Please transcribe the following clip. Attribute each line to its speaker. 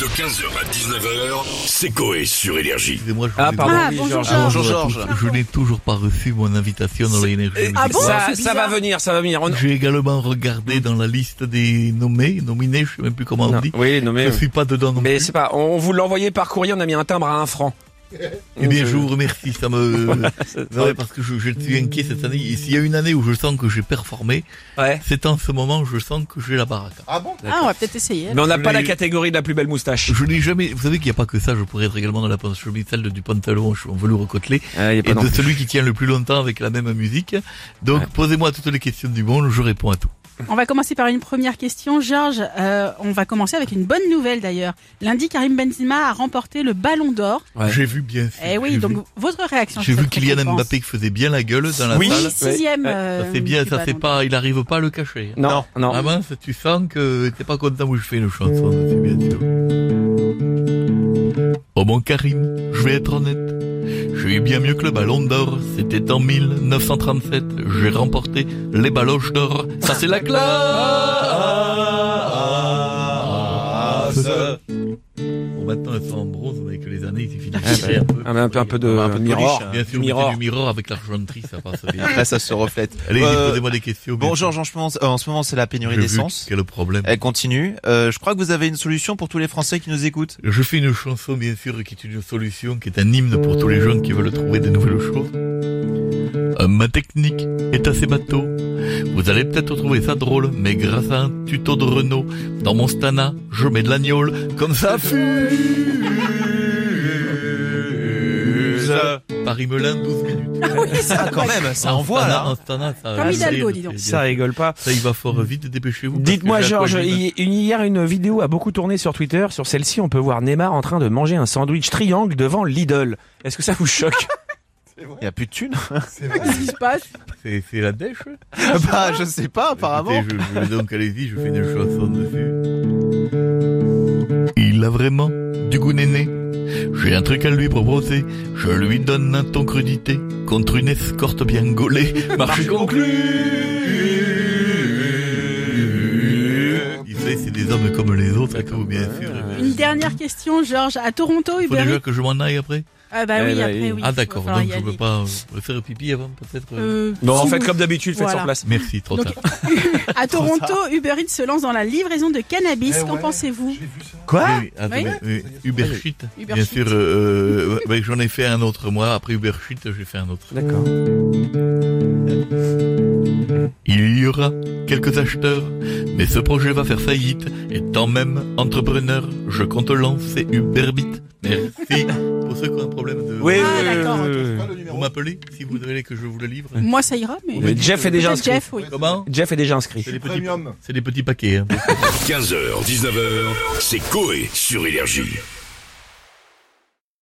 Speaker 1: De 15h à 19h, c'est Coé sur Énergie.
Speaker 2: Excusez-moi, je
Speaker 3: Ah,
Speaker 2: voulais-
Speaker 3: pardon,
Speaker 4: Ah,
Speaker 3: oui,
Speaker 4: bonjour,
Speaker 3: Georges.
Speaker 4: Georges.
Speaker 2: Bonjour,
Speaker 4: Bonjour,
Speaker 2: Georges.
Speaker 4: Georges.
Speaker 2: Je n'ai toujours pas reçu mon invitation dans l'énergie.
Speaker 4: Ah bon
Speaker 3: ça,
Speaker 4: c'est
Speaker 3: ça va
Speaker 4: bizarre.
Speaker 3: venir, ça va venir. On...
Speaker 2: J'ai également regardé dans la liste des nommés, nominés, je sais même plus comment on
Speaker 3: Non.
Speaker 2: dit.
Speaker 3: Oui, non, mais,
Speaker 2: Je suis pas dedans non
Speaker 3: mais
Speaker 2: plus.
Speaker 3: c'est pas. On vous l'envoyait par courrier, on a mis un timbre à un franc.
Speaker 2: Eh bien,
Speaker 3: Donc,
Speaker 2: je vous remercie, ça me... non,
Speaker 3: ouais.
Speaker 2: mais parce que je, je suis inquiet cette année. Et S'il y a une année où je sens que j'ai performé,
Speaker 3: Ouais.
Speaker 2: c'est en ce moment où je sens que j'ai la baraque.
Speaker 4: Ah, on va peut-être essayer.
Speaker 3: Mais on n'a pas la
Speaker 2: Mais-
Speaker 3: catégorie de la plus belle moustache.
Speaker 2: Je n'ai jamais... Vous savez qu'il n'y a pas que ça, je pourrais être également dans la panchoumi, celle de- du pantalon en velours côtelé.
Speaker 3: y a
Speaker 2: Et de celui qui tient le plus longtemps avec la même musique. Donc, posez-moi toutes les questions du monde, je réponds à tout.
Speaker 4: On va commencer par une première question. Georges, euh, on va commencer avec une bonne nouvelle d'ailleurs. Lundi, Karim Benzema a remporté le ballon d'or.
Speaker 3: Ouais.
Speaker 2: J'ai vu bien sûr.
Speaker 4: Eh
Speaker 2: j'ai
Speaker 4: oui,
Speaker 2: vu.
Speaker 4: donc votre réaction
Speaker 2: J'ai
Speaker 4: sur
Speaker 2: vu
Speaker 4: cette
Speaker 2: Kylian
Speaker 4: récompense
Speaker 2: Mbappé qui faisait bien la gueule dans la
Speaker 3: Oui.
Speaker 2: salle.
Speaker 4: Oui, sixième.
Speaker 3: Ouais, ouais.
Speaker 4: euh,
Speaker 2: C'est bien,
Speaker 4: du
Speaker 2: ça c'est
Speaker 4: Ballon
Speaker 2: pas, il arrive pas à le cacher.
Speaker 3: Non, non.
Speaker 2: Ah mince, tu sens que t'es pas content où je fais le chanson,
Speaker 3: Euh.
Speaker 2: c'est bien sûr. Oh mon Karim, je vais être honnête. Je suis bien mieux que le ballon d'or. C'était en 1937. J'ai remporté les baloches d'or. Ça c'est la
Speaker 3: Ah,
Speaker 2: classe.
Speaker 3: bah.
Speaker 2: Bon, maintenant elles sont en bronze, mais avec les années, il suffit de tirer un peu.
Speaker 3: Ah, mais un peu, un peu de,
Speaker 5: Ah, un peu de
Speaker 3: miroir.
Speaker 5: polish, hein.
Speaker 2: Bien sûr,
Speaker 3: Mirror.
Speaker 2: mettez du mirror avec l'argenterie, ça passe bien.
Speaker 5: Là, ça se reflète.
Speaker 2: Allez,
Speaker 5: Euh,
Speaker 2: posez-moi des questions.
Speaker 5: Bon, Georges, en ce moment, euh, en ce moment, c'est la pénurie
Speaker 2: J'ai vu
Speaker 5: d'essence.
Speaker 2: Quel problème
Speaker 5: Elle continue. Euh, je crois que vous avez une solution pour tous les Français qui nous écoutent.
Speaker 2: Je fais une chanson, bien sûr, qui est une solution, qui est un hymne pour tous les jeunes qui veulent trouver des nouvelles choses. Euh, ma technique est assez bateau. Vous allez peut-être trouver ça drôle, mais grâce à un tuto de Renault, dans mon stana, je mets de l'agnole, comme ça fuse. Paris-Melun, 12 minutes.
Speaker 4: d'or. oui, ça.
Speaker 5: Ah, quand même, ça envoie
Speaker 2: Stana,
Speaker 5: là.
Speaker 2: en stana, ça-
Speaker 4: Comme Hidalgo,
Speaker 2: c'est-
Speaker 4: dis donc.
Speaker 2: c'est-
Speaker 3: Ça rigole pas.
Speaker 2: Ça, il va fort vite, dépêchez-vous. parce
Speaker 3: Dites-moi,
Speaker 2: que j'ai un
Speaker 3: Georges,
Speaker 2: coin de-
Speaker 3: hi- une- hier, une vidéo a beaucoup tourné sur Twitter. Sur celle-ci, on peut voir Neymar en train de manger un sandwich triangle devant l'idole. Est-ce que ça vous choque
Speaker 5: Il y a plus de thunes.
Speaker 4: Qu'est-ce qui se passe
Speaker 2: C'est c'est la dèche
Speaker 5: bah, je sais pas, apparemment.
Speaker 2: Écoutez, je, je- donc allez-y, je fais
Speaker 4: Euh.
Speaker 2: une chanson dessus. Il a vraiment du goût néné. J'ai un truc à lui proposer. Je lui donne un ton crudité contre une escorte bien gaulée. Marché conclu. Il sait, c'est des hommes comme les autres et tout, bien sûr.
Speaker 4: Une dernière question, Georges. À Toronto,
Speaker 2: Faut
Speaker 4: Uber
Speaker 2: déjà
Speaker 4: Eats.
Speaker 2: que je m'en aille après
Speaker 4: Ah bah
Speaker 3: Eh
Speaker 4: Eh oui,
Speaker 3: bah,
Speaker 4: après
Speaker 3: il-
Speaker 4: oui.
Speaker 2: Ah
Speaker 4: il va
Speaker 2: d'accord,
Speaker 4: falloir
Speaker 2: donc
Speaker 4: y
Speaker 2: je peux
Speaker 4: aller.
Speaker 2: pas euh, faire pipi avant peut-être euh,
Speaker 4: Euh,
Speaker 3: Non, en
Speaker 4: sous-
Speaker 3: fait, comme d'habitude, faites
Speaker 4: Voilà.
Speaker 3: sur place.
Speaker 2: Merci, trop
Speaker 4: Donc, ah,
Speaker 2: tard.
Speaker 4: À Toronto, Uber Eats se lance dans la livraison de cannabis. Qu'en pensez-vous
Speaker 3: Quoi
Speaker 2: Eh Oui, oui, attendez, oui,
Speaker 4: Oui.
Speaker 2: Uber Sheet.
Speaker 4: Uber
Speaker 2: bien
Speaker 4: Sheet.
Speaker 2: sûr, euh, euh, ouais, j'en ai fait un autre moi. Après Uber Sheet, j'ai fait un autre.
Speaker 3: D'accord.
Speaker 2: Il y aura quelques acheteurs, mais ce projet va faire faillite. Étant même entrepreneur, je compte lancer Uberbit. Merci. Pour ceux qui ont un problème de...
Speaker 3: Oui, oui, oui,
Speaker 4: Ah, d'accord,
Speaker 3: oui, oui.
Speaker 2: Vous m'appelez si vous voulez que je vous le livre.
Speaker 4: Moi, ça ira, mais.
Speaker 3: Mais Jeff est déjà
Speaker 4: Peut-être
Speaker 3: inscrit.
Speaker 4: Jeff, oui.
Speaker 2: Comment
Speaker 3: Jeff est déjà inscrit.
Speaker 2: C'est des petits, c'est des petits paquets. hein.
Speaker 1: 15h, 19h, c'est Coé sur Énergie.